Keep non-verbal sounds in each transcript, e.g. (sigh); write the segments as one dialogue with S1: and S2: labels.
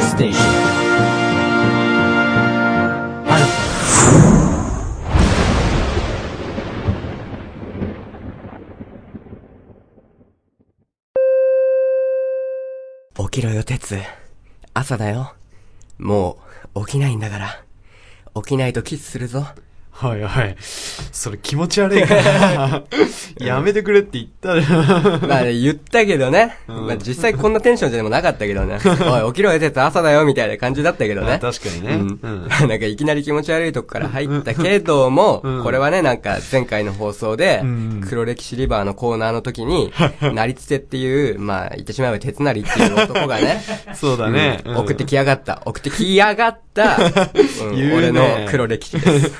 S1: ステーション
S2: 起きろよ、鉄。朝だよ。もう、起きないんだから。起きないとキスするぞ。
S3: はいはい。それ気持ち悪いから。 (laughs) やめてくれって言ったじゃん。
S2: まあね、言ったけどね。
S3: うん
S2: まあ実際こんなテンションじゃでもなかったけどね。おい、起きろよ、鉄、朝だよ、みたいな感じだったけどね。
S3: あ確かにね。
S2: う
S3: うん
S2: (laughs)
S3: ん。
S2: なんかいきなり気持ち悪いとこから入ったけども、
S3: うん
S2: これはね、なんか前回の放送で
S3: うん、
S2: 黒歴史リバーのコーナーの時に、
S3: (laughs)
S2: なりつてっていう、まあ言ってしまえば鉄なりっていう男がね、
S3: そう (laughs) だね。
S2: う
S3: うん
S2: ん送ってきやがった、送ってきやがった、うん
S3: (laughs) 言うね
S2: 俺の黒歴史です。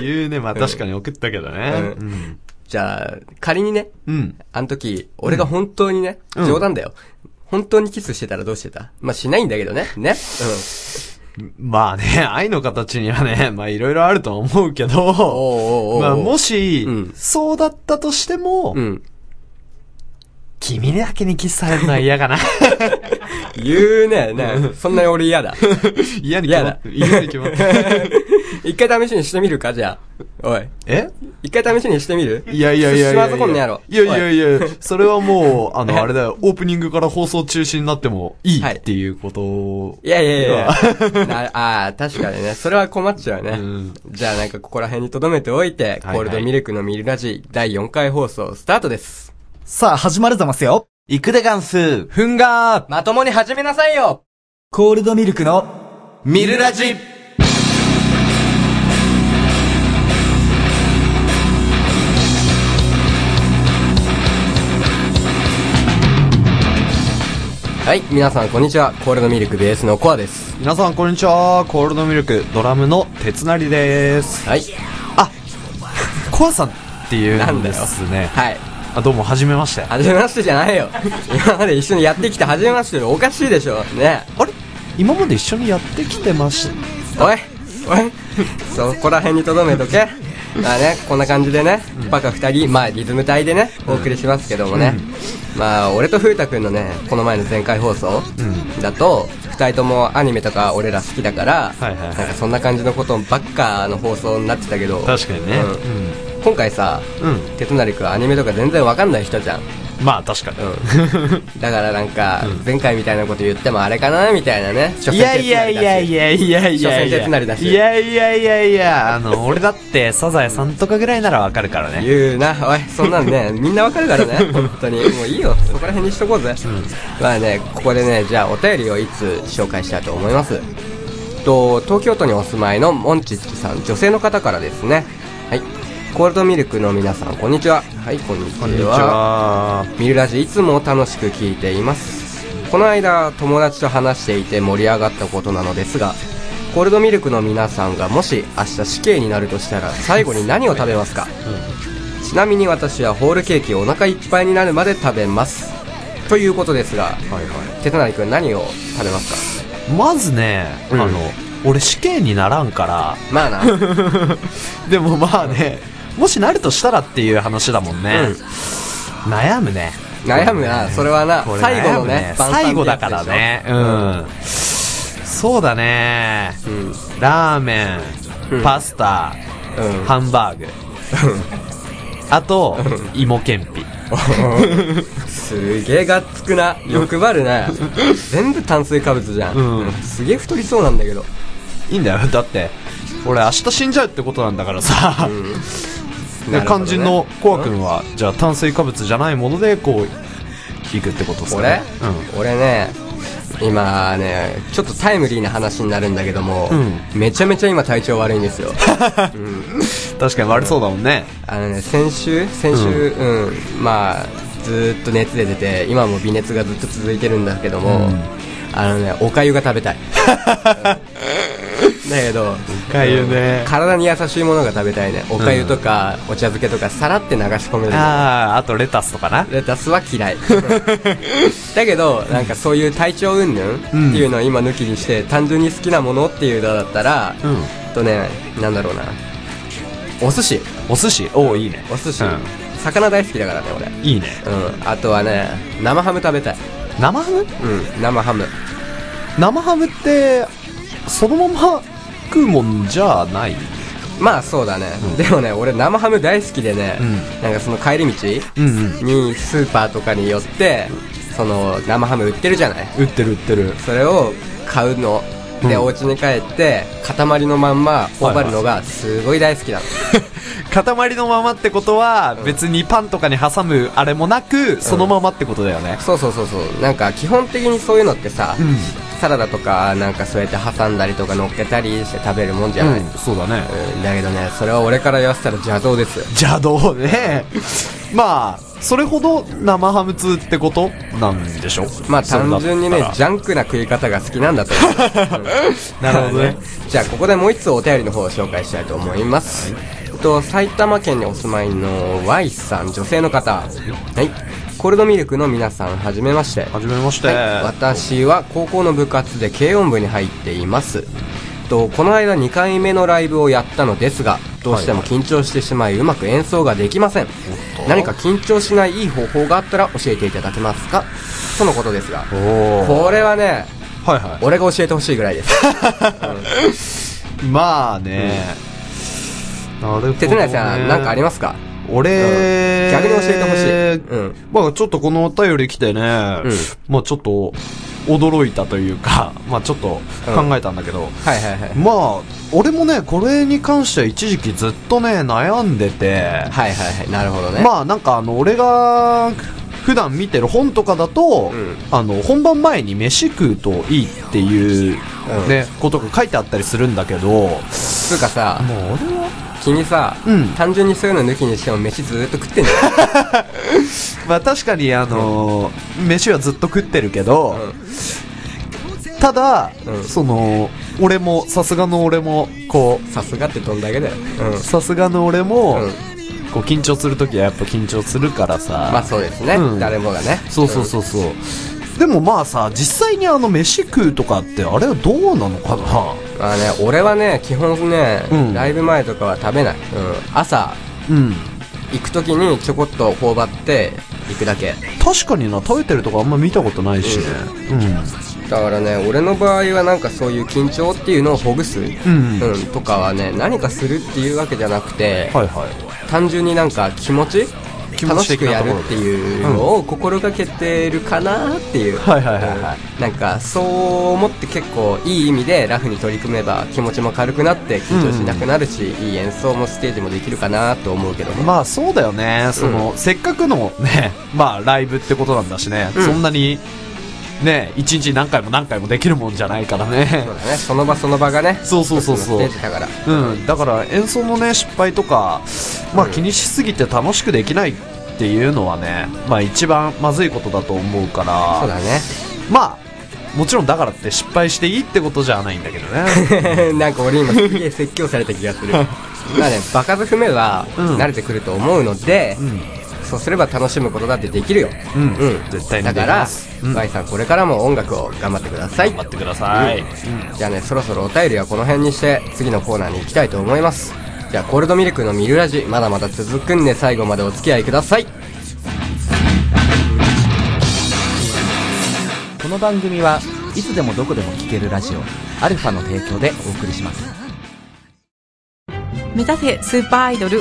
S3: 言うね。まあ確かに送ったけどね。うん。
S2: じゃあ、仮にね、
S3: うん。
S2: あの時、俺が本当にね、
S3: うん
S2: 冗談だよ。本当にキスしてたらどうしてたまあ、しないんだけどね。ね。うん。
S3: まあね、愛の形にはね、まあいろいろあるとは思うけど、
S2: おうおうおうおう
S3: (laughs) まあもし
S2: うん、
S3: そうだったとしても
S2: う、ん。
S3: 君にだけにキスされるのは嫌かな。
S2: 言うね。
S3: (laughs)
S2: ね。そんなに俺嫌だ。
S3: 嫌に決まってる。嫌に決まってる。
S2: (laughs) 一回試しにしてみるか、じゃあ。おい。
S3: え
S2: 一回試しにしてみる
S3: いやいやいやいやいや。
S2: 島津こんの野郎。
S3: いやいや
S2: や。
S3: いや、それはもう、あの、あれだ (laughs) よ、オープニングから放送中止になってもいい
S2: はい
S3: っていうことを。
S2: いやいやいや。 (laughs) なああ、確かにね。それは困っちゃうね。
S3: うん
S2: じゃあなんかここら辺に留めておいて、
S3: はい
S2: コールドミルクのミルラジ第4回放送スタートです。
S1: さあ、始まるざますよ。
S3: いくでガンスふんが
S2: まともに始めなさいよ
S1: コールドミルクの、
S3: ミルラジ
S2: はい、皆さんこんにちは。コールドミルクベースのコアです。
S3: 皆さんこんにちは、コールドミルク、ドラムの鉄成です。
S2: はい。
S3: コアさんっていうんですね。
S2: はい。
S3: あ、どうも、はじめまして。あ
S2: はじめましてじゃないよ。今まで一緒にやってきてはじめましてよりおかしいでしょ。ね
S3: れ今まで一緒にやってきてました。
S2: おいおいそこら辺に留めとけ。まあね、こんな感じでね、バカ二人、まあリズム隊でね、お送りしますけどもね。まあ、俺と風太くんのね、この前の前回放送だと、二人ともアニメとか俺ら好きだから、
S3: はいはいはい
S2: なんかそんな感じのことばっかの放送になってたけど、
S3: 確かにね。
S2: うん今回さ、
S3: うん。うん。
S2: 鉄成くんアニメとか全然わかんない人じゃん。
S3: まあ、確かに。
S2: うん。だからなんか、前回みたいなこと言ってもあれかなみたいなね。
S3: いやいやいやい
S2: や。
S3: やいやいや
S2: 所詮鉄なりだし
S3: いやいやいやいやあの俺だってサザエさんとかぐらいならわかるからね
S2: 言うな、おい、そんなんね、みんなわかるからね、本当に。もういいよ、そこら辺にしとこうぜ。まあね、ここでね、じゃあお便りをいつ紹介したいと思います。と、東京都にお住まいのモンチッチさん、女性の方からですね。はい。コールドミルクの皆さん、こんにちは。はい、こんにちは。
S3: こんにちは
S2: ミルラジいつも楽しく聞いていますこの間友達と話していて盛り上がったことなのですがコールドミルクの皆さんがもし明日死刑になるとしたら最後に何を食べますか、ちなみに私はホールケーキをお腹いっぱいになるまで食べますということですが、
S3: はいは
S2: 手隣くん何を食べますか
S3: いまずね、
S2: うん
S3: あの俺死刑にならんから
S2: まあな
S3: でもまあねもしなるとしたらっていう話だもんね、悩むね
S2: 悩むなそれはな
S3: これ
S2: 最後のね晩
S3: 悩む
S2: 餐ってやつでしょ
S3: 最後だからねうんそうだね
S2: うん
S3: ラーメン、
S2: うん
S3: パスタ、
S2: うん
S3: ハンバーグ、あと、芋けんぴ。
S2: (laughs) すげえがっつくな欲張るな全部炭水化物じゃん、
S3: うん
S2: すげえ太りそうなんだけど
S3: いいんだよ。だって、俺明日死んじゃうってことなんだからさ。で
S2: なるほどね
S3: 肝心のコア君は、じゃあ炭水化物じゃないもので、こう、いくってことですか
S2: 俺
S3: ね。、うん。
S2: 俺ね今ねちょっとタイムリーな話になるんだけども、
S3: う
S2: めちゃめちゃ今体調悪いんです
S3: (laughs)
S2: よ
S3: 確かに悪そうだもんね。
S2: あのね先週先週うん、まあずーっと熱出てて今も微熱がずっと続いてるんだけども、あのねおかゆが食べた
S3: (laughs)
S2: いうんだけど
S3: かゆね。
S2: 体に優しいものが食べたいねおかゆとか、お茶漬けとかさらって流し込めるの
S3: あー、あとレタスとかな。
S2: レタスは嫌い (laughs) だけどなんかそういう体調云々っていうのを今抜きにして単純に好きなものっていうのだったら、
S3: うん
S2: とねなんだろうなお寿司
S3: お寿司おー、いいね。
S2: お寿司、
S3: うん
S2: 魚大好きだからね俺
S3: いいね。
S2: うんあとはね生ハム食べたい
S3: 生ハム
S2: うん生ハム
S3: 生ハムって、そのまま食うもんじゃない
S2: まあそうだね、でもね俺生ハム大好きでね、
S3: うん
S2: なんかその帰り道、
S3: うんうん
S2: にスーパーとかに寄ってその生ハム売ってるじゃない
S3: 売ってる売ってる。
S2: それを買うので、
S3: うん
S2: お家に帰って塊のまんま頬張るのがすごい大好きなの、
S3: 塊のままってことは、別にパンとかに挟むあれもなく、そのままってことだよね。
S2: そうそうそうそうなんか基本的にそういうのってさ、
S3: うん
S2: サラダとかなんかそうやって挟んだりとか乗っけたりして食べるもんじゃない、うん
S3: そうだね。
S2: だけどねそれは俺から言わせたら邪道ですよ
S3: 邪道ね。 (laughs) まあ、それほど生ハム通ってことなんでしょ
S2: まあ単純にねジャンクな食い方が好きなんだと思う、うん
S3: なるほどね
S2: じゃあここでもう一つお便りの方を紹介したいと思います、えっと埼玉県にお住まいの Y さん女性の方はいコールドミルクの皆さんはじめまして
S3: はじめまして。
S2: はい、私は高校の部活で軽音部に入っていますとこの間2回目のライブをやったのですがどうしても緊張してしまいうまく演奏ができません何か緊張しないいい方法があったら教えていただけますかとのことですが
S3: おー
S2: これはね
S3: はいは
S2: 俺が教えてほしいぐらいです
S3: い。まあね。なるほど、ね。
S2: 手綱さん何かありますか
S3: 俺、
S2: うん逆に教えてほしいうん
S3: まあちょっとこのお便り来てね、まあちょっと驚いたというか、 (laughs) まあちょっと考えたんだけど、
S2: はいはいはい
S3: まあ俺もね、これに関しては一時期ずっとね、悩んでて、
S2: はいはいはいなるほどね、
S3: まあなんかあの、俺が、普段見てる本とかだと、
S2: うん
S3: あの、本番前に飯食うといいっていう、
S2: うん
S3: ね、ことが書いてあったりするんだけど、もう
S2: つうかさ
S3: 俺は、
S2: 君さ、
S3: うん
S2: 単純にそういうの抜きにしても飯ずーっと食ってんじゃん
S3: まあ確かにあのー飯はずっと食ってるけど、ただ、
S2: うん
S3: その俺もさすがの俺もこ
S2: (laughs) さすがってどんだけだよ、うん
S3: うさすがの俺も、
S2: うん
S3: こう緊張するときはやっぱ緊張するからさ、
S2: まあそうですね、
S3: うん
S2: 誰もがね
S3: そうそうそうそう、でもまあさ実際にあの飯食うとかってあれはどうなのかな
S2: まあね俺はね基本ね、
S3: うん
S2: ライブ前とかは食べない、うん、朝
S3: うん
S2: 行く時にちょこっと頬張って行くだけ
S3: 確かにな食べてるとかあんま見たことないしね
S2: だからね俺の場合はなんかそういう緊張っていうのをほぐす、うん
S3: うん、
S2: とかはね何かするっていうわけじゃなくて、
S3: はいはい
S2: 単純になんか気持ち
S3: 気持
S2: 楽
S3: ち
S2: し
S3: 的
S2: く
S3: な
S2: や
S3: とこ
S2: る
S3: ろ
S2: っていうのを心がけてるかなっていう、
S3: はいはいはいはい
S2: うんなんかそう思って結構いい意味でラフに取り組めば気持ちも軽くなって緊張しなくなるし、いい演奏もステージもできるかなと思うけどね、
S3: まあそうだよね、そのせっかくのね、 (laughs) まあライブってことなんだしね、
S2: うん
S3: そんなにね、一日何回も何回もできるもんじゃないから
S2: (laughs)
S3: ね
S2: そう。だねその場その場がね
S3: そうそうそうそ
S2: 一つのス
S3: う
S2: テージだから
S3: うん、だから演奏のね、失敗とか、まあ気にしすぎて楽しくできないっていうのはね、まあ一番まずいことだと思うか
S2: そうだ
S3: ら、まあ、もちろんだからって失敗していいってことじゃないんだけどね。
S2: ね (laughs) なんか俺今すげえ説教された気が
S3: (laughs)
S2: するまあね場数踏めば
S3: うん
S2: 慣れてくると思うので、
S3: ん
S2: そうすれば楽しむことだってできるよ、
S3: うん絶対に
S2: だ
S3: で
S2: か
S3: き
S2: ら
S3: ます、
S2: Y さんこれからも音楽を頑張ってください
S3: 頑張ってください。
S2: じゃあねそろそろお便りはこの辺にして次のコーナーに行きたいと思いますじゃあコールドミルクのミルラジまだまだ続くんで最後までお付き合いください
S1: この番組はいつでもどこでも聴けるラジオ、アルファの提供でお送りします。
S4: 目指せスーパーアイドル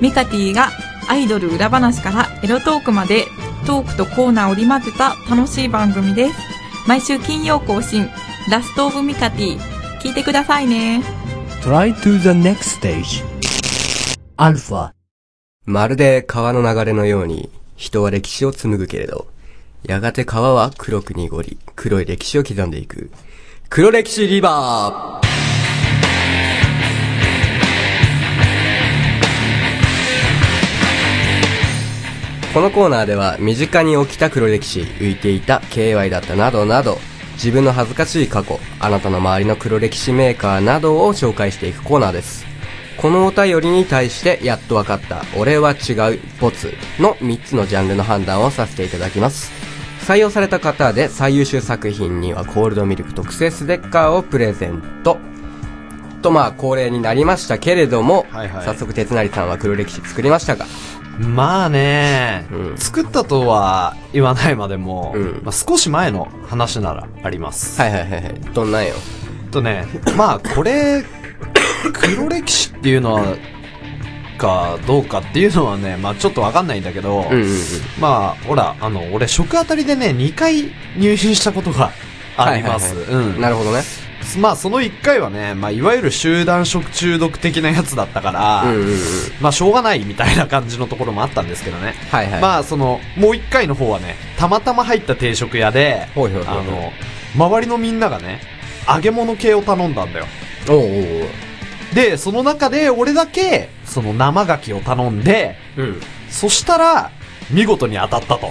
S4: ミカティがアイドル裏話からエロトークまでトークとコーナーを織り交ぜた楽しい番組です毎週金曜更新ラストオブミカティ聞いてくださいね
S5: Try to the next stage. Alpha.
S2: まるで川の流れのように人は歴史を紡ぐけれどやがて川は黒く濁り黒い歴史を刻んでいく黒歴史リバーこのコーナーでは身近に起きた黒歴史浮いていた KY だったなどなど自分の恥ずかしい過去あなたの周りの黒歴史メーカーなどを紹介していくコーナーですこのお便りに対してやっと分かった俺は違うボツの3つのジャンルの判断をさせていただきます採用された方で最優秀作品にはコールドミルク特製ステッカーをプレゼントとまあ恒例になりましたけれども、
S3: はいはい
S2: 早速哲成さんは黒歴史作りましたが
S3: まあね、
S2: うん
S3: 作ったとは言わないまでも、
S2: うん
S3: まあ、少し前の話ならあります。
S2: はいはいはいはい。どんなんよ。
S3: とね、まあこれ、黒歴史っていうのは、かどうかっていうのはね、まあちょっとわかんないんだけど、
S2: うんうんうん。
S3: まあほら、あの、俺食あたりでね、2回入信したことがあります。
S2: はいはいはいなるほどね。
S3: うん。まあその1回はね、まあいわゆる集団食中毒的なやつだったから、
S2: うんうんうん。
S3: まあしょうがないみたいな感じのところもあったんですけどね。
S2: はいはい。
S3: まあそのもう一回の方はねたまたま入った定食屋で
S2: ほいほいほい
S3: あの周りのみんながね揚げ物系を頼んだんだよ
S2: おうおうおう。
S3: でその中で俺だけその生牡蠣を頼んで
S2: うん。
S3: そしたら見事に当たったと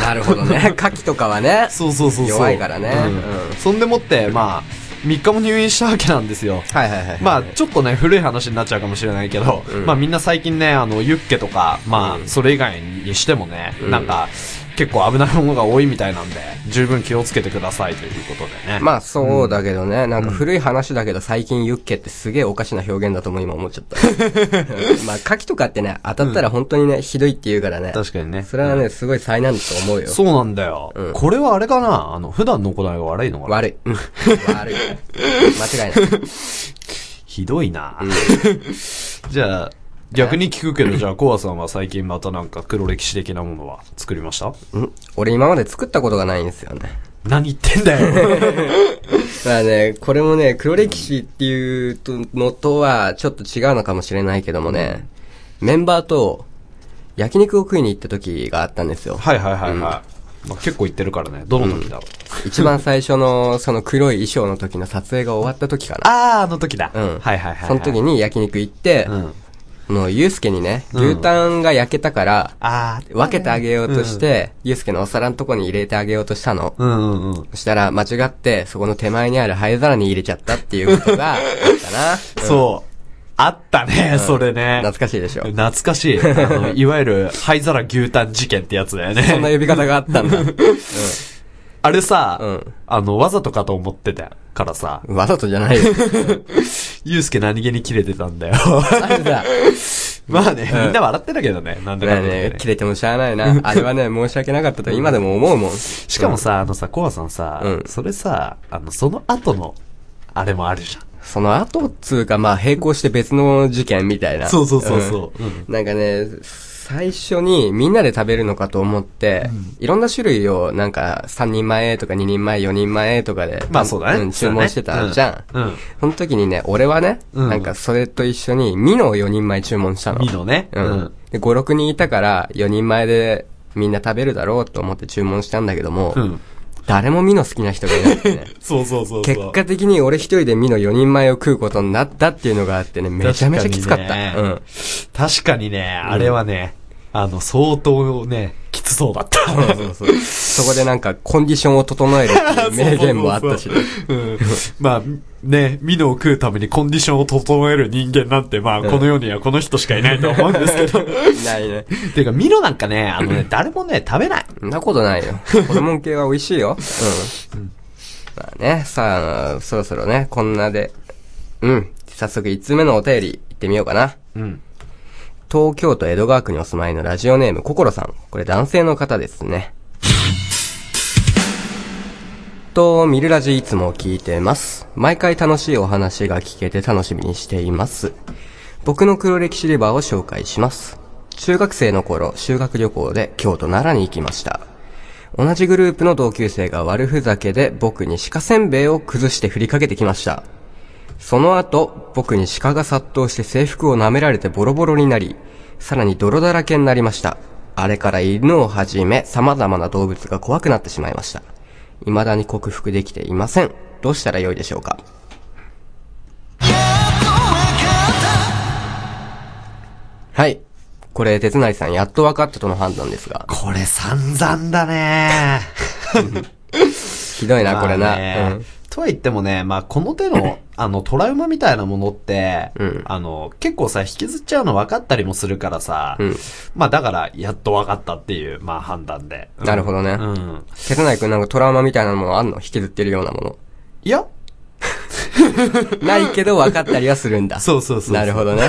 S2: なるほ (laughs) どね。牡蠣とかはね。
S3: そうそうそうそう
S2: 弱いからね
S3: うん
S2: うん
S3: そんでもってまあ3日も入院したわけなんですよ
S2: はいはいはい。
S3: まあちょっとね古い話になっちゃうかもしれないけど、
S2: うん
S3: まあみんな最近ねあのユッケとかま
S2: うん
S3: あそれ以外にしてもね、
S2: うん
S3: なんか結構危ないものが多いみたいなんで十分気をつけてくださいということでね
S2: まあそうだけどね、なんか古い話だけど最近ユッケってすげえおかしな表現だとも今思っちゃ (laughs) った。うんまあ牡蠣とかってね、当たったら本当にね、ひどいって言うからね。
S3: 確かにね
S2: それはね、すごい災難だと思うよ。
S3: そうなんだよ、
S2: うん
S3: これはあれかなあの普段の行いが悪いのかな
S2: (laughs) 悪い。うん悪い。間違い (laughs) ない。
S3: ひどいな、 (laughs) じゃあ逆に聞くけど、じゃあ、コアさんは最近またなんか黒歴史的なものは作り
S2: (laughs)
S3: ました
S2: うん俺今まで作ったことがないんですよね。
S3: 何言ってん
S2: (laughs)
S3: だよ。
S2: まあね、これもね、黒歴史っていうのとはちょっと違うのかもしれないけどもね、メンバーと焼肉を食いに行った時があったんですよ。
S3: はいはいはいはい。まあ、結構言ってるからね。どの時だろう。
S2: 一番最初のその黒い衣装の時の撮影が終わった時かな。
S3: あー、あの時だ。
S2: うん。
S3: はいはいはいはい。
S2: その時に焼肉行って、
S3: うん。
S2: あの、ゆうすけにね、
S3: うん
S2: 牛タンが焼けたから、
S3: あー。
S2: 分けてあげようとして、ゆうすけのお皿のとこに入れてあげようとしたの。
S3: うんうんうん。
S2: そしたら、間違って、そこの手前にある灰皿に入れちゃったっていうことが、あった
S3: (laughs)
S2: な。
S3: そう。あったね、それね。
S2: 懐かしいでしょ。
S3: 懐かしい。あ
S2: (laughs)
S3: の、いわゆる、灰皿牛タン事件ってやつだよ
S2: そんな
S3: ね。
S2: 呼び方があったんだ。
S3: あれさ、
S2: うん
S3: あの、わざとかと思ってたからさ、
S2: わざとじゃないよ。
S3: ゆうすけ何気に切れてた
S2: (laughs)
S3: んだよ。
S2: あれだ。
S3: まあね、みんな笑ってたけどね、なんだ
S2: ま
S3: か
S2: あ
S3: んだで
S2: ね
S3: ね、
S2: 切れてもしゃあないな。あれはね、申し訳なかったと今でも思うもん。
S3: しかもさ、あのさ、コアさんさ、
S2: うん
S3: それさ、あの、その後の、あれもあるじゃん。
S2: その後っつうか、まあ、並行して別の事件みたいな。
S3: そうそうそうそううん
S2: なんかね、最初にみんなで食べるのかと思って、いろんな種類をなんか3人前とか2人前、4人前とかで、
S3: まあそうだね。
S2: ん注文してたじゃん。
S3: うん。うん
S2: その時にね、俺はね、
S3: うん
S2: なんかそれと一緒にミノを4人前注文したの。
S3: ミノね
S2: うん。
S3: うん
S2: で、5、6人いたから4人前でみんな食べるだろうと思って注文したんだけども、
S3: うん
S2: 誰もミノ好きな人がいなく
S3: (laughs)
S2: てね。
S3: そうそうそうそう。
S2: 結果的に俺一人でミノ4人前を食うことになったっていうのがあってね、めちゃめちゃきつかった。
S3: 確にね
S2: うん。
S3: (laughs) 確かにね、あれはね、あの、相当ね、きつそうだった。
S2: そうそうそう。そこでなんか、コンディションを整えるっていう名言もあった
S3: (laughs)
S2: しね。
S3: うん。まあ、ね、ミノを食うためにコンディションを整える人間なんて、まあ、この世にはこの人しかいないと思うんですけど。
S2: ないね。
S3: (laughs) ていうか、ミノなんかね、あのね、誰もね、食べない。
S2: そんなことない
S3: (laughs)
S2: よ。ホルモン系は美味しいよ。うん。まあね、さあ、そろそろね、こんなで。うん。早速、1つ目のお便り、行ってみようかな。
S3: うん。
S2: 東京都江戸川区にお住まいのラジオネーム、こころさん。これ男性の方ですね。と、ミルラジいつも聞いてます。毎回楽しいお話が聞けて楽しみにしています。僕の黒歴史レバーを紹介します。中学生の頃、修学旅行で京都奈良に行きました。同じグループの同級生が悪ふざけで僕に鹿せんべいを崩して振りかけてきました。その後、僕に鹿が殺到して制服を舐められてボロボロになり、さらに泥だらけになりました。あれから犬をはじめ様々な動物が怖くなってしまいました。未だに克服できていません。どうしたらよいでしょうかはい。これ、鉄成さん、やっと分かったとの判断ですが。
S3: これ散々だね。
S2: ひどいな、これ
S3: ま
S2: な。
S3: あねとは言ってもね、まあ、この
S2: (laughs)
S3: 手の、あの、トラウマみたいなものって、
S2: うん
S3: あの、結構さ、引きずっちゃうの分かったりもするからさ、
S2: うん
S3: まあ、だから、やっと分かったっていう、まあ、判断で。
S2: うん。なるほどね。
S3: うん。
S2: 鉄成くんなんかトラウマみたいなものあんの引きずってるようなもの。
S3: いや
S2: ないけど分かったりはするんだ。
S3: そうそうそうそう
S2: なるほ
S3: (laughs)
S2: どね。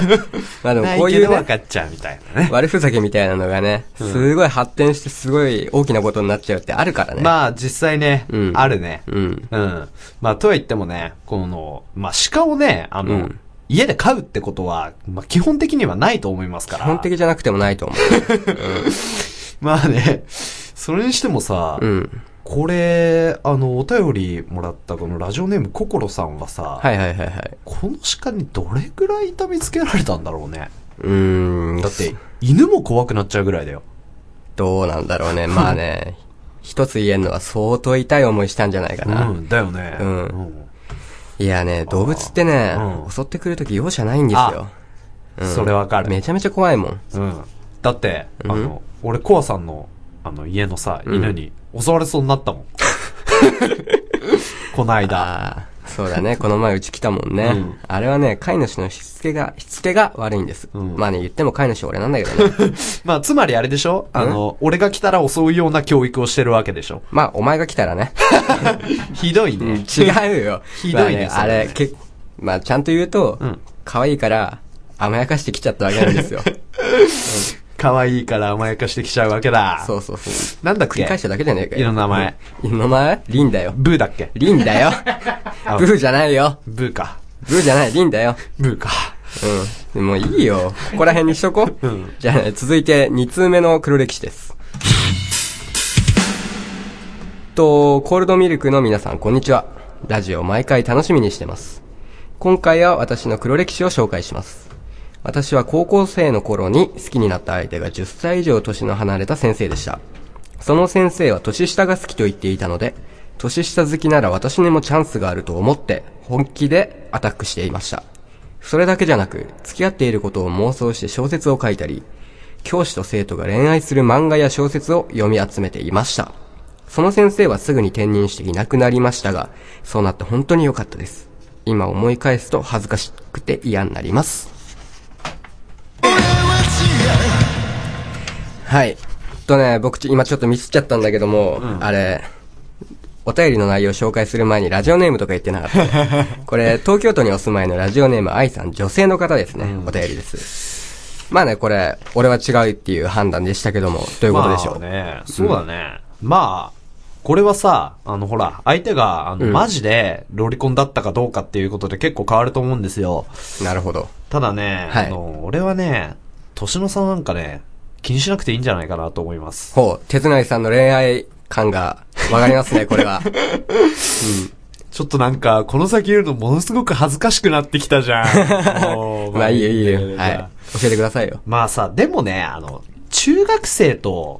S2: まあでも
S3: ない
S2: こうい
S3: け
S2: う
S3: ど分
S2: ね、
S3: かっちゃうみたいなね。
S2: 悪ふざけみたいなのがね、すごい発展してすごい大きなことになっちゃうってあるからね。
S3: まあ実際ね、
S2: うん
S3: あるね。
S2: うん。
S3: うん。まあ、とは言ってもね、この、まあ、鹿をね、あの、
S2: うん
S3: 家で飼うってことは、まあ、基本的にはないと思いますか
S2: 基
S3: ら。
S2: 本的じゃなくてもないと思
S3: まあね、それにしてもさ、
S2: う。うん。
S3: これ、あの、お便りもらったこのラジオネームココロさんはさ、
S2: はいはいはいはい。
S3: この鹿にどれぐらい痛みつけられたんだろうね。
S2: うーん。
S3: だって、犬も怖くなっちゃうぐらいだよ。
S2: どうなんだろうね。まあ
S3: (laughs)
S2: ね、一つ言えるのは相当痛い思いしたんじゃないかな。
S3: うん、だよね。
S2: うんいやね、動物ってね、
S3: うん
S2: 襲ってくるとき容赦ないんですよ。うん
S3: それわかる
S2: めちゃめちゃ怖いもん。
S3: うん。だって、
S2: うん
S3: あの、俺、コアさんの、あの、家のさ、
S2: うん
S3: 犬に襲われそうになっ
S2: (laughs)
S3: たもん。こないだ。
S2: ああ、そうだ
S3: (laughs)
S2: ね。この前うち来たもんね。
S3: うん
S2: あれはね、飼い主のしつけが、しつけが悪いんです。
S3: うん
S2: まあね、言っても飼い主俺なんだけ
S3: (laughs)
S2: どね。
S3: まあ、つまりあれでしょあの、俺が来たら襲うような教育をしてるわけでしょ
S2: まあ、お前が来たらね。
S3: ひどいね。
S2: 違 (laughs) うよ。
S3: ひどいね
S2: まあ
S3: それ
S2: あれ、け、まあ、ちゃんと言うと
S3: うん、
S2: 可愛いから、甘やかしてきちゃったわけなん
S3: (laughs)
S2: ですよ。
S3: 可愛いから甘やかしてきちゃうわけだ。
S2: そうそうそう。
S3: なんだっ
S2: 繰り
S3: け
S2: 返しただけじゃねえかよ。
S3: 犬の名前。
S2: 犬の名前リンだよ。
S3: ブーだっけ
S2: リン
S3: (laughs)
S2: だよ。
S3: あ
S2: ブーじゃないよ。
S3: ブーか。
S2: ブーじゃない、リンだよ。
S3: ブーか。
S2: うん。もういいよ。ここら辺にしとこう。
S3: ん
S2: じゃあね、続いて2通目の黒歴史です。と、コールドミルクの皆さん、こんにちは。ラジオ毎回楽しみにしてます。今回は私の黒歴史を紹介します。私は高校生の頃に好きになった相手が10歳以上年の離れた先生でした。その先生は年下が好きと言っていたので、年下好きなら私にもチャンスがあると思って、本気でアタックしていました。それだけじゃなく、付き合っていることを妄想して小説を書いたり、教師と生徒が恋愛する漫画や小説を読み集めていました。その先生はすぐに転任していなくなりましたが、そうなって本当に良かったです。今思い返すと恥ずかしくて嫌になります。はい。とね、僕ち今ちょっとミスっちゃったんだけども、あれ、お便りの内容を紹介する前にラジオネームとか言ってなかった
S3: (laughs)
S2: ね、これ、東京都にお住まいのラジオネーム愛さん、女性の方ですね。お便りです。まあね、これ、俺は違うっていう判断でしたけども、ということでしょう。
S3: まあね、そうだね。まあ、これはさ、あの、ほら、相手が、あの、マジで、ロリコンだったかどうかっていうことで結構変わると思うんですよ。
S2: なるほど。
S3: ただね、
S2: はい
S3: あの、俺はね、年の差なんかね、気にしなくていいんじゃないかなと思います。
S2: ほう、手綱井さんの恋愛感が、わかります
S3: (laughs)
S2: ね、これは。
S3: ちょっとなんか、この先言うのものすごく恥ずかしくなってきた
S2: (laughs)
S3: じゃん。もう
S2: まあいいよいいよ。
S3: まあ
S2: はい。教えてくださいよ。
S3: まあさ、でもね、あの、中学生と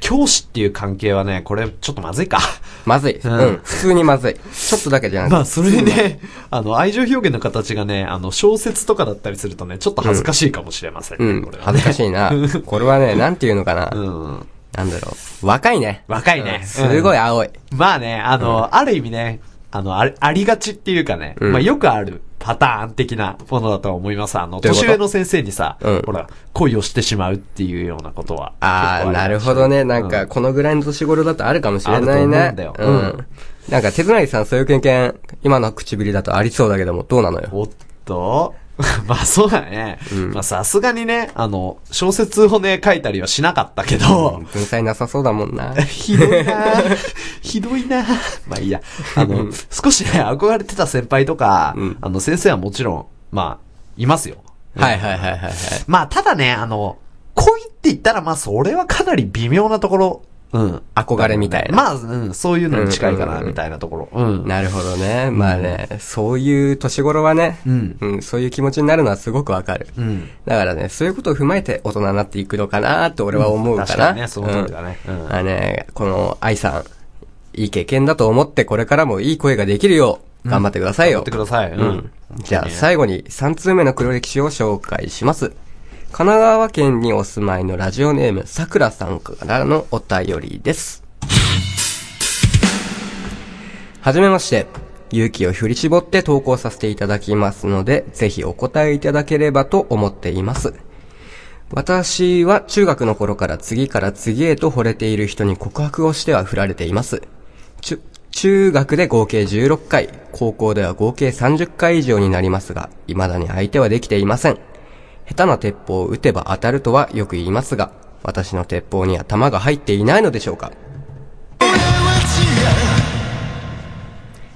S3: 教師っていう関係はね、これちょっとまずいか。
S2: まずい。
S3: ん
S2: うん。普通にまずい。ちょっとだけじゃな
S3: ま
S2: く
S3: あ、それでね、あの、愛情表現の形がね、あの、小説とかだったりするとね、ちょっと恥ずかしいかもしれません
S2: う
S3: ね、
S2: ん
S3: これ。は
S2: 恥
S3: ね。
S2: ずかしい
S3: (laughs)
S2: な。これはね、なんていうのかな。
S3: うん。
S2: なんだろう。若いね。
S3: 若いね。
S2: すごい青い。
S3: まあね、あの、ある意味ね、あの、ありありがちっていうかね、
S2: ん
S3: まあよくあるパターン的なものだとは思います。あの、
S2: どういうこと
S3: 年上の先生にさ、
S2: うん
S3: ほら、恋をしてしまうっていうようなことは。
S2: あ
S3: 結構
S2: ー、
S3: り
S2: な
S3: ま
S2: る
S3: す
S2: ほどね。なん
S3: う
S2: か、このぐらいの年頃だとあるかもしれないね。
S3: あると思
S2: う
S3: うんだようん
S2: ん。なんか、手綱井さん、そういう経験、今の唇だとありそうだけども、どうなのよ。
S3: おっと (laughs) まあそうだね。まあさすがにね、あの、小説をね、書いたりはしなかったけど、
S2: 文才なさそうだもん
S3: (laughs)
S2: な。
S3: ひどいな
S2: (laughs)
S3: ぁひどいなぁまあいいや。あの、少しね、憧れてた先輩とか、
S2: うん
S3: あの、先生はもちろん、まあ、いますよ。
S2: はいはいはいはい
S3: (laughs)
S2: はい。
S3: まあ、ただね、あの、恋って言ったら、まあ、それはかなり微妙なところ。うん。
S2: 憧れみたいな。
S3: まあ、うん、そういうのに近いか
S2: うんうん
S3: な、
S2: うん
S3: みたいなところ。うん。
S2: なるほどね。まあね、そういう年頃はね、
S3: うん
S2: そういう気持ちになるのはすごくわかる。
S3: うん。
S2: だからね、そういうことを踏まえて大人になっていくのかなと俺は思うから。
S3: 確かにね、その通りだね。う
S2: うん
S3: ん。
S2: あね、この愛さん、いい経験だと思ってこれからもいい声ができるよう、頑張ってください
S3: や
S2: よ。
S3: ってください。う
S2: うんん。。じゃあ最後に3通目の黒歴史を紹介します。神奈川県にお住まいのラジオネームさくらさんからのお便りです。はじめまして。勇気を振り絞って投稿させていただきますので、ぜひお答えいただければと思っています。私は中学の頃から次から次へと惚れている人に告白をしては振られています。中、中学で合計16回、高校では合計30回以上になりますが、未だに相手はできていません。下手な鉄砲を撃てば当たるとはよく言いますが、私の鉄砲には弾が入っていないのでしょうか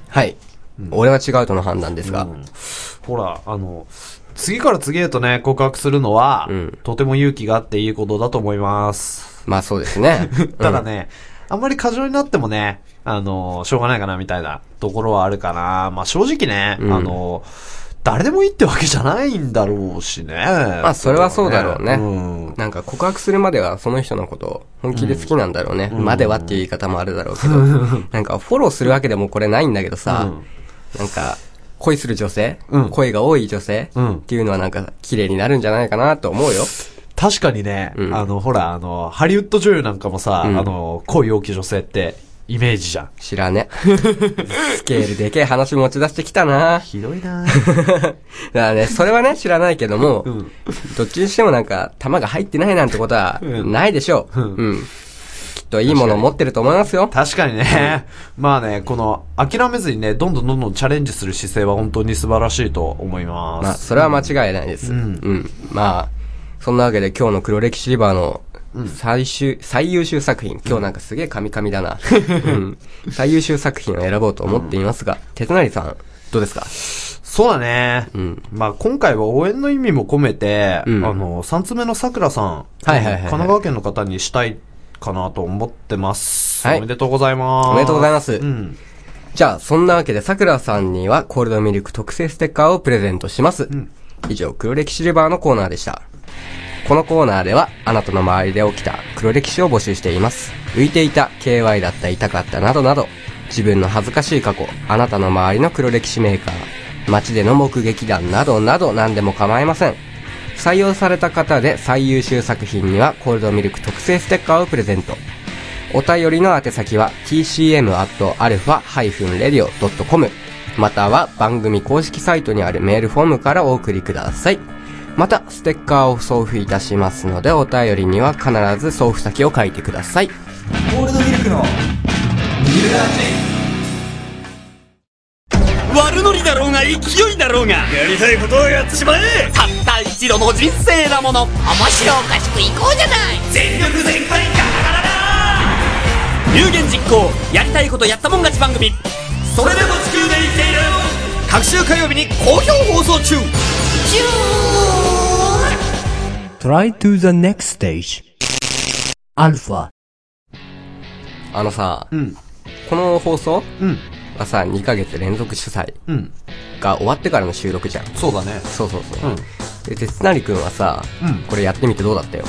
S2: はい。俺は違うとの判断ですが、
S3: ほら、あの、次から次へとね、告白するのは、
S2: うん
S3: とても勇気があっていいことだと思います。。
S2: まあそうです (laughs) ね
S3: ただね、あんまり過剰になってもね、あの、しょうがないかなみたいなところはあるかな。まあ正直ね、
S2: うん
S3: あの、誰でもいいってわけじゃないんだろうしね。ま
S2: まあそれはそうだろうね。
S3: うん。
S2: なんか告白するまではその人のことを本気で好きなんだろうね。まではっていう言い方もあるだろうけど。なんかフォローするわけでもこれないんだけどさ、なんか恋する女性、
S3: うん
S2: 恋が多い女性、
S3: うん
S2: っていうのはなんか綺麗になるんじゃないかなと思うよ。
S3: 確かにね、
S2: うん
S3: あの、ほら、あの、ハリウッド女優なんかもさ、
S2: うん
S3: あの、恋多き女性って、イメージじゃん。
S2: 知ら
S3: (laughs)
S2: ね。スケールでけえ話持ち出してきたな。 (laughs)
S3: ひどいな
S2: だからね、それはね、知らないけども、
S3: ん
S2: どっちにしてもなんか、弾が入ってないなんてことは、
S3: うん
S2: ないでしょう。
S3: うん
S2: うん。きっといいものを持ってると思いますよ。
S3: 確かにね、まあね、この、諦めずにね、どんどんどんどんチャレンジする姿勢は本当に素晴らしいと思います。
S2: まあ、それは間違いないです。
S3: う
S2: うんん。まあ、そんなわけで今日の黒歴史リバーの最終、最優秀作品。今日なんかすげえカミカミだな。うん。最優秀作品を選ぼうと思っていますが、手成さん、どうですか
S3: そうだね。
S2: うん。
S3: まあ今回は応援の意味も込めて、
S2: うん
S3: あの、三つ目のさくらさん、
S2: はいはいはいはい
S3: 神奈川県の方にしたいかなと思ってます。
S2: はい
S3: おめでとうございます。
S2: おめでとうございます
S3: うん。
S2: じゃあ、そんなわけで桜さんにはコールドミルク特製ステッカーをプレゼントします。以上、黒歴史リバーのコーナーでした。このコーナーでは、あなたの周りで起きた黒歴史を募集しています。浮いていた、KY だった、痛かった、などなど、自分の恥ずかしい過去、あなたの周りの黒歴史メーカー、街での目撃談などなど何でも構いません。採用された方で最優秀作品にはコールドミルク特製ステッカーをプレゼント。お便りの宛先は tcm.alpha-radio.com または番組公式サイトにあるメールフォームからお送りください。また、ステッカーを送付いたしますので、お便りには必ず送付先を書いてください。
S1: ゴールドミルクの
S6: 悪ノリだろうが勢いだろうがやりたいことをやってしまえ
S7: たった一度の人生だもの面白おかしくいこうじゃない
S6: 全力全開ガラガラだ
S7: 有言実行やりたいことやったもん勝ち番組
S6: それでも地球で生きている各週火曜日に好評放送中
S5: Try to the next stage. Alpha.
S2: あのさ、
S3: うん。
S2: この放送
S3: うん。
S2: はさ、2ヶ月連続主催
S3: うん。
S2: が終わってからの収録じゃん。
S3: そうだね。
S2: そうそうそうう。
S3: ん。
S2: で、鉄成くんはさ、
S3: うん
S2: これやってみてどうだったよ。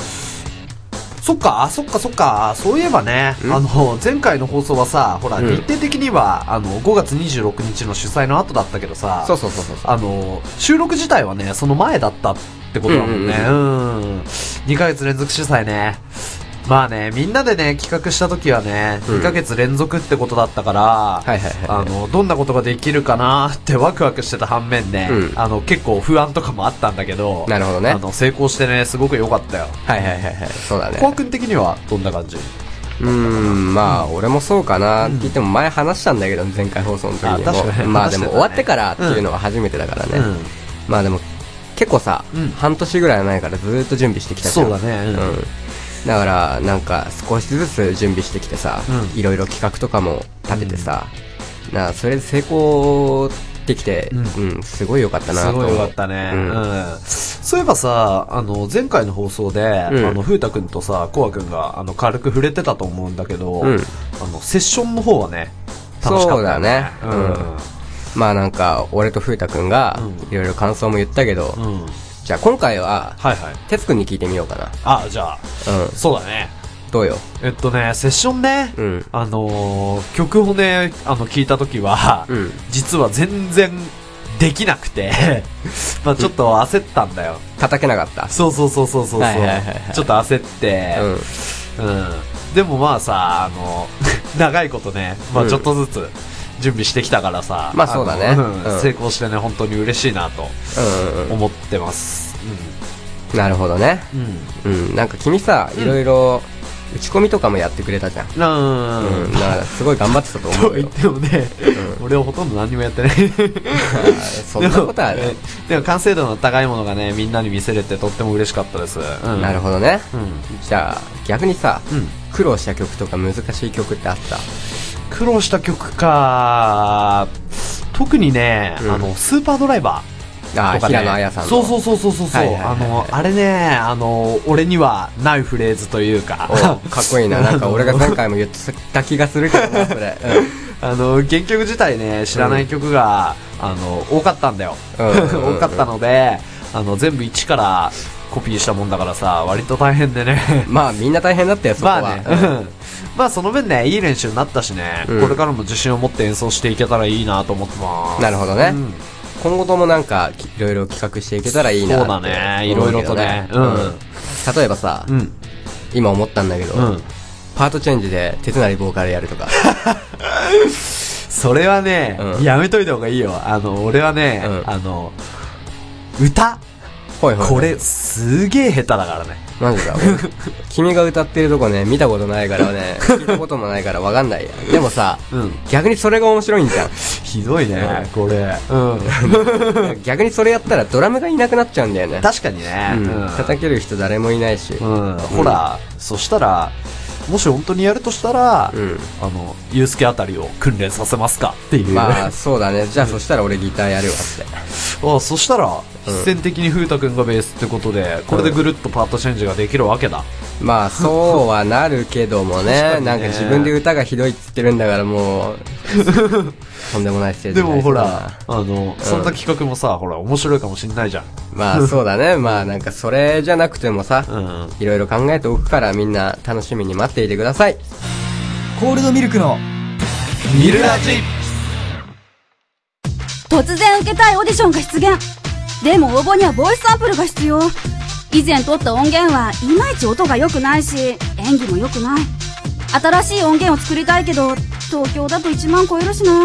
S3: そっか、あそっかそっか、そういえばね、
S2: ん
S3: あの、前回の放送はさ、ほら、
S2: うん
S3: 日程的には、あの、5月26日の主催の後だったけどさ、
S2: そうそうそうそう。
S3: あの、収録自体はね、その前だったってことだもんね。う
S2: うん
S3: 2ヶ月連続主催ね。まあね、みんなでね、企画した時はね、
S2: うん
S3: 2ヶ月連続ってことだったから、
S2: はいはいはい
S3: あの、どんなことができるかなって (laughs) ワクワクしてた反面ね、
S2: うん
S3: あの、結構不安とかもあったんだけど、
S2: なるほどね
S3: あの、成功してね、すごく良かったよ。
S2: はいはいはいはい。そうだね。
S3: コア君的にはどんな感じ
S2: うーん、まあ、俺もそうかなって言っても前話したんだけど、前回放送の時に
S3: あ確か
S2: も。(laughs)
S3: に
S2: まあ
S3: 話して
S2: で
S3: たね
S2: も終わってからっていうのは初めてだからね。
S3: うん
S2: まあでも、結構さ、
S3: うん
S2: 半年ぐらい前からずーっと準備してきたじゃん
S3: そうだね
S2: う
S3: うん
S2: ん。だから、なんか少しずつ準備してきてさ、
S3: う
S2: いろいろ企画とかも立ててさ、なあそれで成功できて、
S3: う
S2: うん、すごい良かったな
S3: す
S2: と思う。
S3: ごい良かったね、
S2: う
S3: うん
S2: ん。
S3: そういえばさあの前回の放送で、
S2: うん
S3: あの風太くんとさコアくんがあの軽く触れてたと思うんだけど、
S2: うん
S3: あのセッションの方はね楽しかったよね
S2: そうだねまあなんか、俺と風太くんが、いろいろ感想も言ったけど、
S3: うん、うん、
S2: じゃあ今回は、
S3: はいはい
S2: 哲くんに聞いてみようかな。
S3: あじゃあ
S2: う
S3: そうだね
S2: ん。どうよ。
S3: えっとねセッションね、
S2: うん
S3: あのー曲をねあの聞いた時は、
S2: うん
S3: 実は全然できなくて
S2: (laughs)
S3: まあちょっと焦ったんだよ、
S2: 叩けなかった。
S3: そうそうそうそうそうそう、
S2: はいはいはいはい
S3: ちょっと焦って、
S2: うん。
S3: うん、でもまあさあの (laughs) 長いことね、ま
S2: う
S3: あ、
S2: ん
S3: ちょっとずつ準備してきたからさ、
S2: まあそうだね
S3: のうん
S2: うん
S3: 成功してね本当に嬉しいなと
S2: うんうんう
S3: 思ってます
S2: ん。なるほどね。
S3: うん、うん
S2: うん。なんか君さ、いろいろ、打ち込みとかもやってくれたじゃん。
S3: うー
S2: うんん、だからすごい頑張ってたと思
S3: と
S2: う
S3: 言っ
S2: よ。
S3: てもね、俺はほとんど何にもやってない
S2: そんなことは
S3: で (laughs) も
S2: ね。
S3: でも完成度の高いものがねみんなに見せれてとっても嬉しかったです、うん
S2: なるほどね。
S3: うん
S2: じゃあ、逆にさ、
S3: うん
S2: 苦労した曲とか難しい曲ってあっ
S3: 苦労した曲か特にね、
S2: うん
S3: あのスーパードライバ
S2: た
S3: ー
S2: あ
S3: と
S2: ー、
S3: かね
S2: 平野綾さんの。
S3: そうそうそうそうそうそう、
S2: はいはいはいはい
S3: あのあれねあの俺にはないフレーズというか
S2: おかっこいいな。なんか俺が前回も言ってた気がするけどな、それ。
S3: (laughs) あの原曲自体ね知らない曲が、あの多かったんだよ、
S2: うんうんうん
S3: (laughs) 多かったのであの全部一からコピーしたもんだからさ割と大変でね
S2: うん。まあ、みんな大変だったよ、 (laughs) そこ
S3: ま
S2: は。
S3: あね、うん (laughs) まあその分ねいい練習になったしね、
S2: うん
S3: これからも自信を持って演奏していけたらいいなと思ってます
S2: なるほどね。
S3: うん
S2: 今後ともなんか、きいろいろ企画していけたらいいなって
S3: そうだ
S2: 思う
S3: ね
S2: け
S3: いろいろ
S2: ど
S3: とね
S2: う
S3: うん
S2: ん。例えばさ、
S3: うん
S2: 今思ったんだけど、
S3: うん
S2: パートチェンジで手つなりボーカルやる
S3: (laughs)
S2: とか。
S3: それはね、
S2: うん
S3: やめといた方がいいよあの俺はね、
S2: うん
S3: あの歌
S2: ほいほい。
S3: これすげえ下手だからね
S2: なん
S3: (laughs)
S2: でだ俺君が歌ってるとこね、見たことないから
S3: (laughs)
S2: ね、聞いたこともないからわかんないや。でもさ、
S3: うん
S2: 逆にそれが面白いんじゃ
S3: (laughs) ひどいね、これうん
S2: ん。逆にそれやったらドラムがいなくなっちゃうんだよね。
S3: 確かにね、
S2: うん。叩ける人誰もいないし。
S3: うん、ほら、そしたら、もし本当にやるとしたら、
S2: うん
S3: あの、ゆうすけあたりを訓練させますかっていう。
S2: まあ、そうだね。じゃあそしたら俺ギターやるわっ
S3: あ、そしたら、必然的に風太くんがベースってことで、これでぐるっとパートチェンジができるわけだ。
S2: て。まあ、そうはなるけどもね。
S3: (laughs) 確かにね
S2: なんか自分で歌がひどいって言ってるんだからもう、とんでもないステージ
S3: で
S2: にな
S3: も
S2: りそ
S3: ほ
S2: うだな
S3: ら、あの、そんな企画もさ、ほら、面白いかもしんないじゃん。
S2: まあ、そうだね。 (laughs) まあ、なんかそれじゃなくてもさ、
S3: うん。
S2: いろいろ考えておくからみんな楽しみに待っていてください。
S1: コールドミルクの
S3: ミルラジ
S8: 突然受けたいオーディションが出現でも応募にはボイスサンプルが必要以前撮った音源はいまいち音が良くないし演技も良くない新しい音源を作りたいけど東京だと1万超えるしな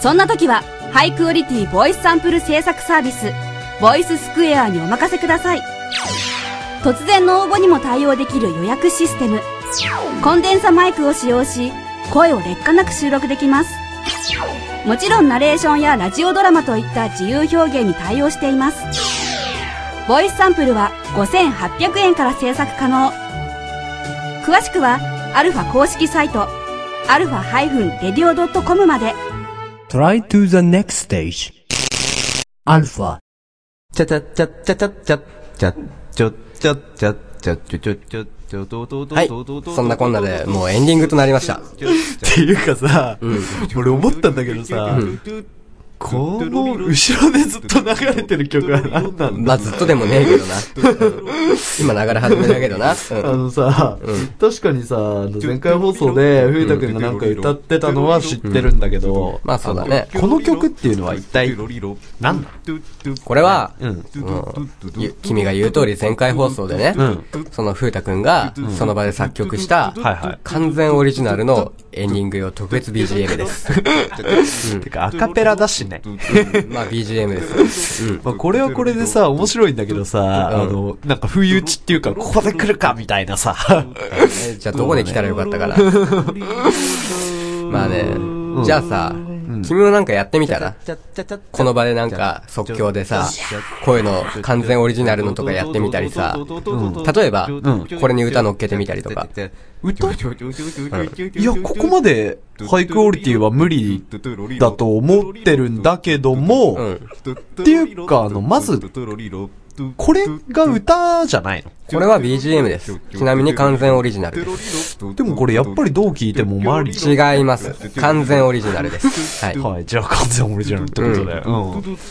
S8: そんな時はハイクオリティボイスサンプル制作サービスボイススクエアにお任せください突然の応募にも対応できる予約システムコンデンサマイクを使用し声を劣化なく収録できますもちろんナレーションやラジオドラマといった自由表現に対応しています。ボイスサンプルは5800円から制作可能。詳しくは、アルファ公式サイト、アルファ -radio.com まで。
S5: Try to the next stage. Alpha.
S1: チャチャチャチャチャチャチャチャチャチャチャチャチャチャチャチャ
S2: はい。そんなこんなで、もうエンディングとなりました。
S3: っていうかさ、
S2: うん。
S3: 俺思ったんだけどさ、この後ろでずっと流れてる曲は何なんだ
S2: まあ、ずっとでもねえけどな。今流れ始めだけどな。
S3: あ
S2: うん。
S3: のさ、確かにさ、あの前回放送で、ふうたくんがなんか歌ってたのは知ってるんだけど、
S2: まあ、そうだね。
S3: この曲っていうのは一体、何な
S2: これは、
S3: うん。
S2: ゆ君が言う通り前回放送でね、
S3: うん
S2: その風太くんが、その場で作曲した、
S3: はいはい
S2: 完全オリジナルのエンディング用特別 BGM です。 (laughs)
S3: てか、アカペラだしね。
S2: まあ、BGM です。うん。
S3: まあ、これはこれでさ、面白いんだけどさ、あの、なんか、不意打ちっていうか、ここで来るかみたいなさ。
S2: えじゃあ、どこで来たらよかったかな。まあね、じゃあさ、君もなんかやってみたらこの場でなんか即興でさ、声の完全オリジナルのとかやってみたりさ、例えば、これに歌乗っけてみたりとか。
S3: 歌いや、ここまで、ハイクオリティは無理だと思ってるんだけども、
S2: うん。
S3: っていうか、あの、まず、これが歌じゃないの
S2: これは BGM です。ちなみに完全オリジナルです。
S3: でもこれやっぱりどう聞いてもマリー。
S2: 違います。完全オリジナルです。はい。
S3: はい、じゃあ完全オリジナルってこと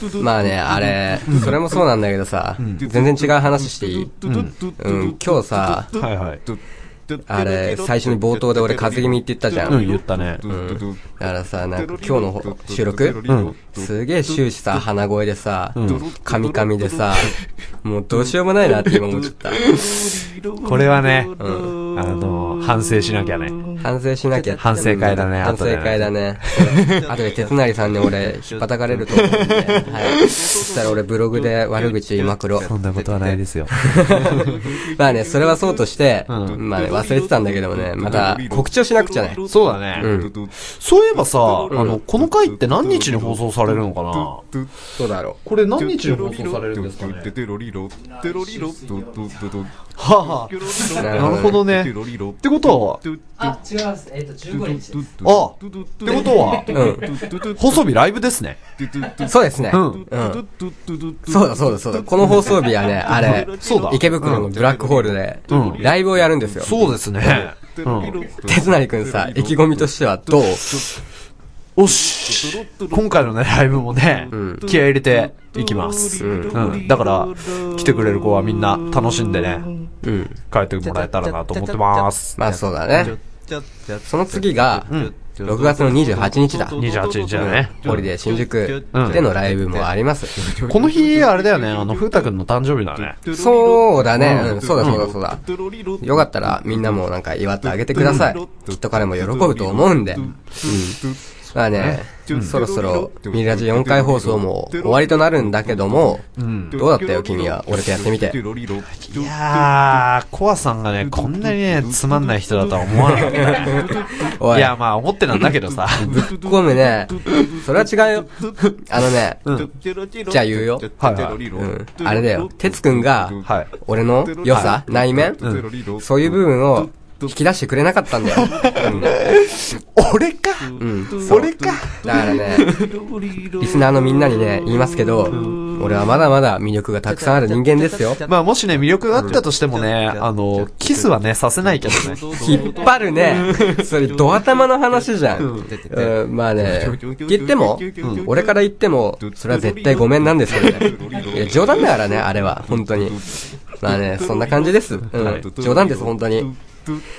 S3: で。うん。
S2: まあね、あれ、それもそうなんだけどさ、全然違う話していいうん、今日さ、
S3: はいはい。
S2: あれ、最初に冒頭で俺風邪気味って言ったじゃ。
S3: うんん、言ったね。
S2: だからさ、なんか今日のほ収録
S3: ん
S2: すげえ終始さ、鼻声でさ、カミカミでさ、もうどうしようもないなって今思っちゃった。
S3: これはね、
S2: うん。
S3: あの、反省しなきゃね。
S2: 反省しなきゃ。
S3: 反省会だね
S2: 反省会だね。あとで、鉄成さんに俺、ひっぱたかれると思うんで。はい。そしたら俺、ブログで悪口言いまくろう。
S1: そんなことはないですよ。
S2: (laughs) まあね、それはそうとして、まあね、忘れてたんだけどもね、また、告知をしなくちゃね。
S3: そうだね。
S2: うん。
S3: そういえばさ、あの、この回って何日に放送されるのかな
S2: そうだろ
S3: これ何日に放送されるんですかね
S9: テロリロテロリロドドドド
S3: はあ、
S2: う。な
S3: なるほどね。
S9: テ
S3: っ
S9: ロリロ
S3: てことは、
S5: あ、違います。えっと、15日。
S3: あってことは、細日ライブですね。
S2: そうですね。
S3: うん。
S2: うん。そうだそうだそうだ。この放送日はね、あれ、
S3: そうだ
S2: 池袋のブラックホールで
S3: ん、
S2: ライブをやるんですよ。
S3: そうですね。うん。
S2: 鉄成くんさ、意気込みとしてはどう
S3: おし今回のね、ライブもね、
S2: ん
S3: 気合い入れていきます。うん。だから、来てくれる子はみんな楽しんでね、
S2: うん。
S3: 帰ってもらえたらなと思ってます。
S2: まあそうだね。その次が、6月の28日だ。
S3: 28日だね。
S2: ホリデー新宿でのライブもあります。
S3: この日、あれだよね、あの、ふうたくんの誕生日だね。
S2: そうだね。うん、そうだそうだそうだ。よかったらみんなもなんか祝ってあげてください。きっと彼も喜ぶと思うんで。うん。まあね、そろそろミラジ4回放送も終わりとなるんだけども、どうだったよ君は。俺とやってみて。
S3: いやー、コアさんがね、こんなにね、つまんない人だとは思わなかった。 (laughs)
S2: お
S3: い
S2: い、
S3: や、まあ、思ってなんだけどさ。
S2: ごめんね。それは違うよ。 (laughs) あのね、じゃあ言うよ。
S3: はいはい。
S2: うん。あれだよ。てつくんが、
S3: はい。
S2: 俺の良さ、内面、そういう部分を引き出してくれなかったんだよ。
S3: (laughs) 俺か
S2: うん。
S3: 俺か
S2: だからね、リスナーのみんなにね、言いますけど、俺はまだまだ魅力がたくさんある人間ですよ。
S3: まあ、もしね、魅力があったとしてもね、あの、キスはね、させないけどね。
S2: 引っ張るね。それ、ド頭の話じゃん。うん、まあね、言っても、俺から言っても、それは絶対ごめんなんですけどね。いや、冗談だからね、あれは、本当に。まあね、そんな感じです。うん、冗談です、本当に。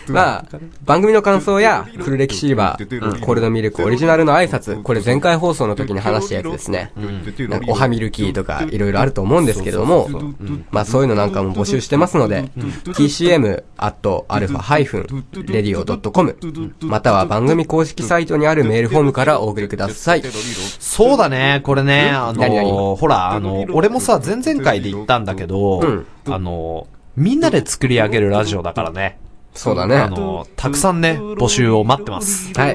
S2: まあ、番組の感想や、古歴シルバー、コールドミルクオリジナルの挨拶、これ前回放送の時に話したやつですね。なんかおはミルキーとかいろいろあると思うんですけども、まあそういうのなんかも募集してますので、tcm.alpha-radio.com、または番組公式サイトにあるメールフォームからお送りください。
S3: そうだね、これね、あ
S2: 何々
S3: の、ほら、あの、俺もさ、前々回で言ったんだけど
S2: うん、
S3: あの、みんなで作り上げるラジオだからね。
S2: そうだ
S3: あ
S2: ね。
S3: の、たくさんね、募集を待ってます。
S2: はい。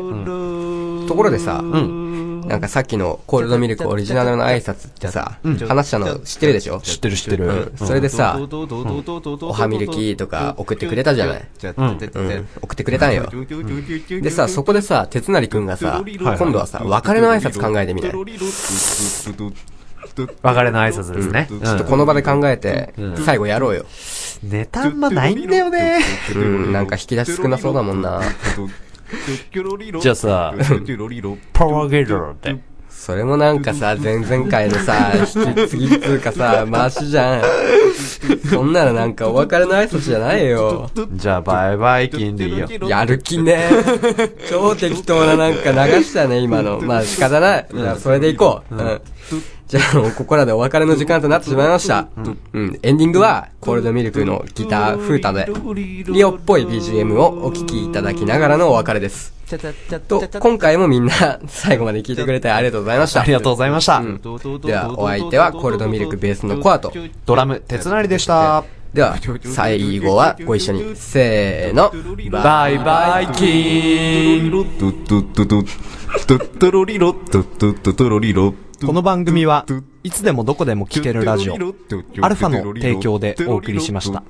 S2: ところでさ、
S3: うん。
S2: なんかさっきのコールドミルクオリジナルの挨拶ってさ、話したの知ってるでしょ
S3: 知ってる知ってる。
S2: うん。それでさ、
S9: お
S2: おはみるきーとか送ってくれたじゃない。うん。送ってくれたんよ。でさ、そこでさ、鉄成くんがさ、今度はさ、別れの挨拶考えてみない。ちょ
S3: 別れの挨拶です
S2: っ
S3: ね。
S2: とこの場で考えて、最後やろうよ。
S3: うんネタあんまないんだよね。
S2: うん、なんか引き出し少なそうだもんな。
S3: じゃあさ、
S2: (laughs)
S3: パワーゲードって。
S2: それもなんかさ、前々回のさ、引き継ぎっつうかさ、回しじゃん。そんなのなんかお別れの挨拶じゃないよ。
S3: じゃあ、バイバイキンでいいよ。
S2: やる気ね。超適当ななんか流したね、今の。まあ仕方ない。じゃあそれでいこう。うん。じゃあもうここらでお別れの時間となってしまいました。うん。エンディングは、コールドミルクのギター、フータで、リオっぽい BGM をお聴きいただきながらのお別れです。と、今回もみんな最後まで聞いてくれてありがとうございました。
S3: ありがとうございました。
S2: では、お相手はコールドミルクベースのコアと。
S3: ドラム、鉄成でした。
S2: では、最後はご一緒に。せーの。
S3: バイバイキンこの番組はいつでもどこでも聞けるラジオ、アルファの提供でお送りしました。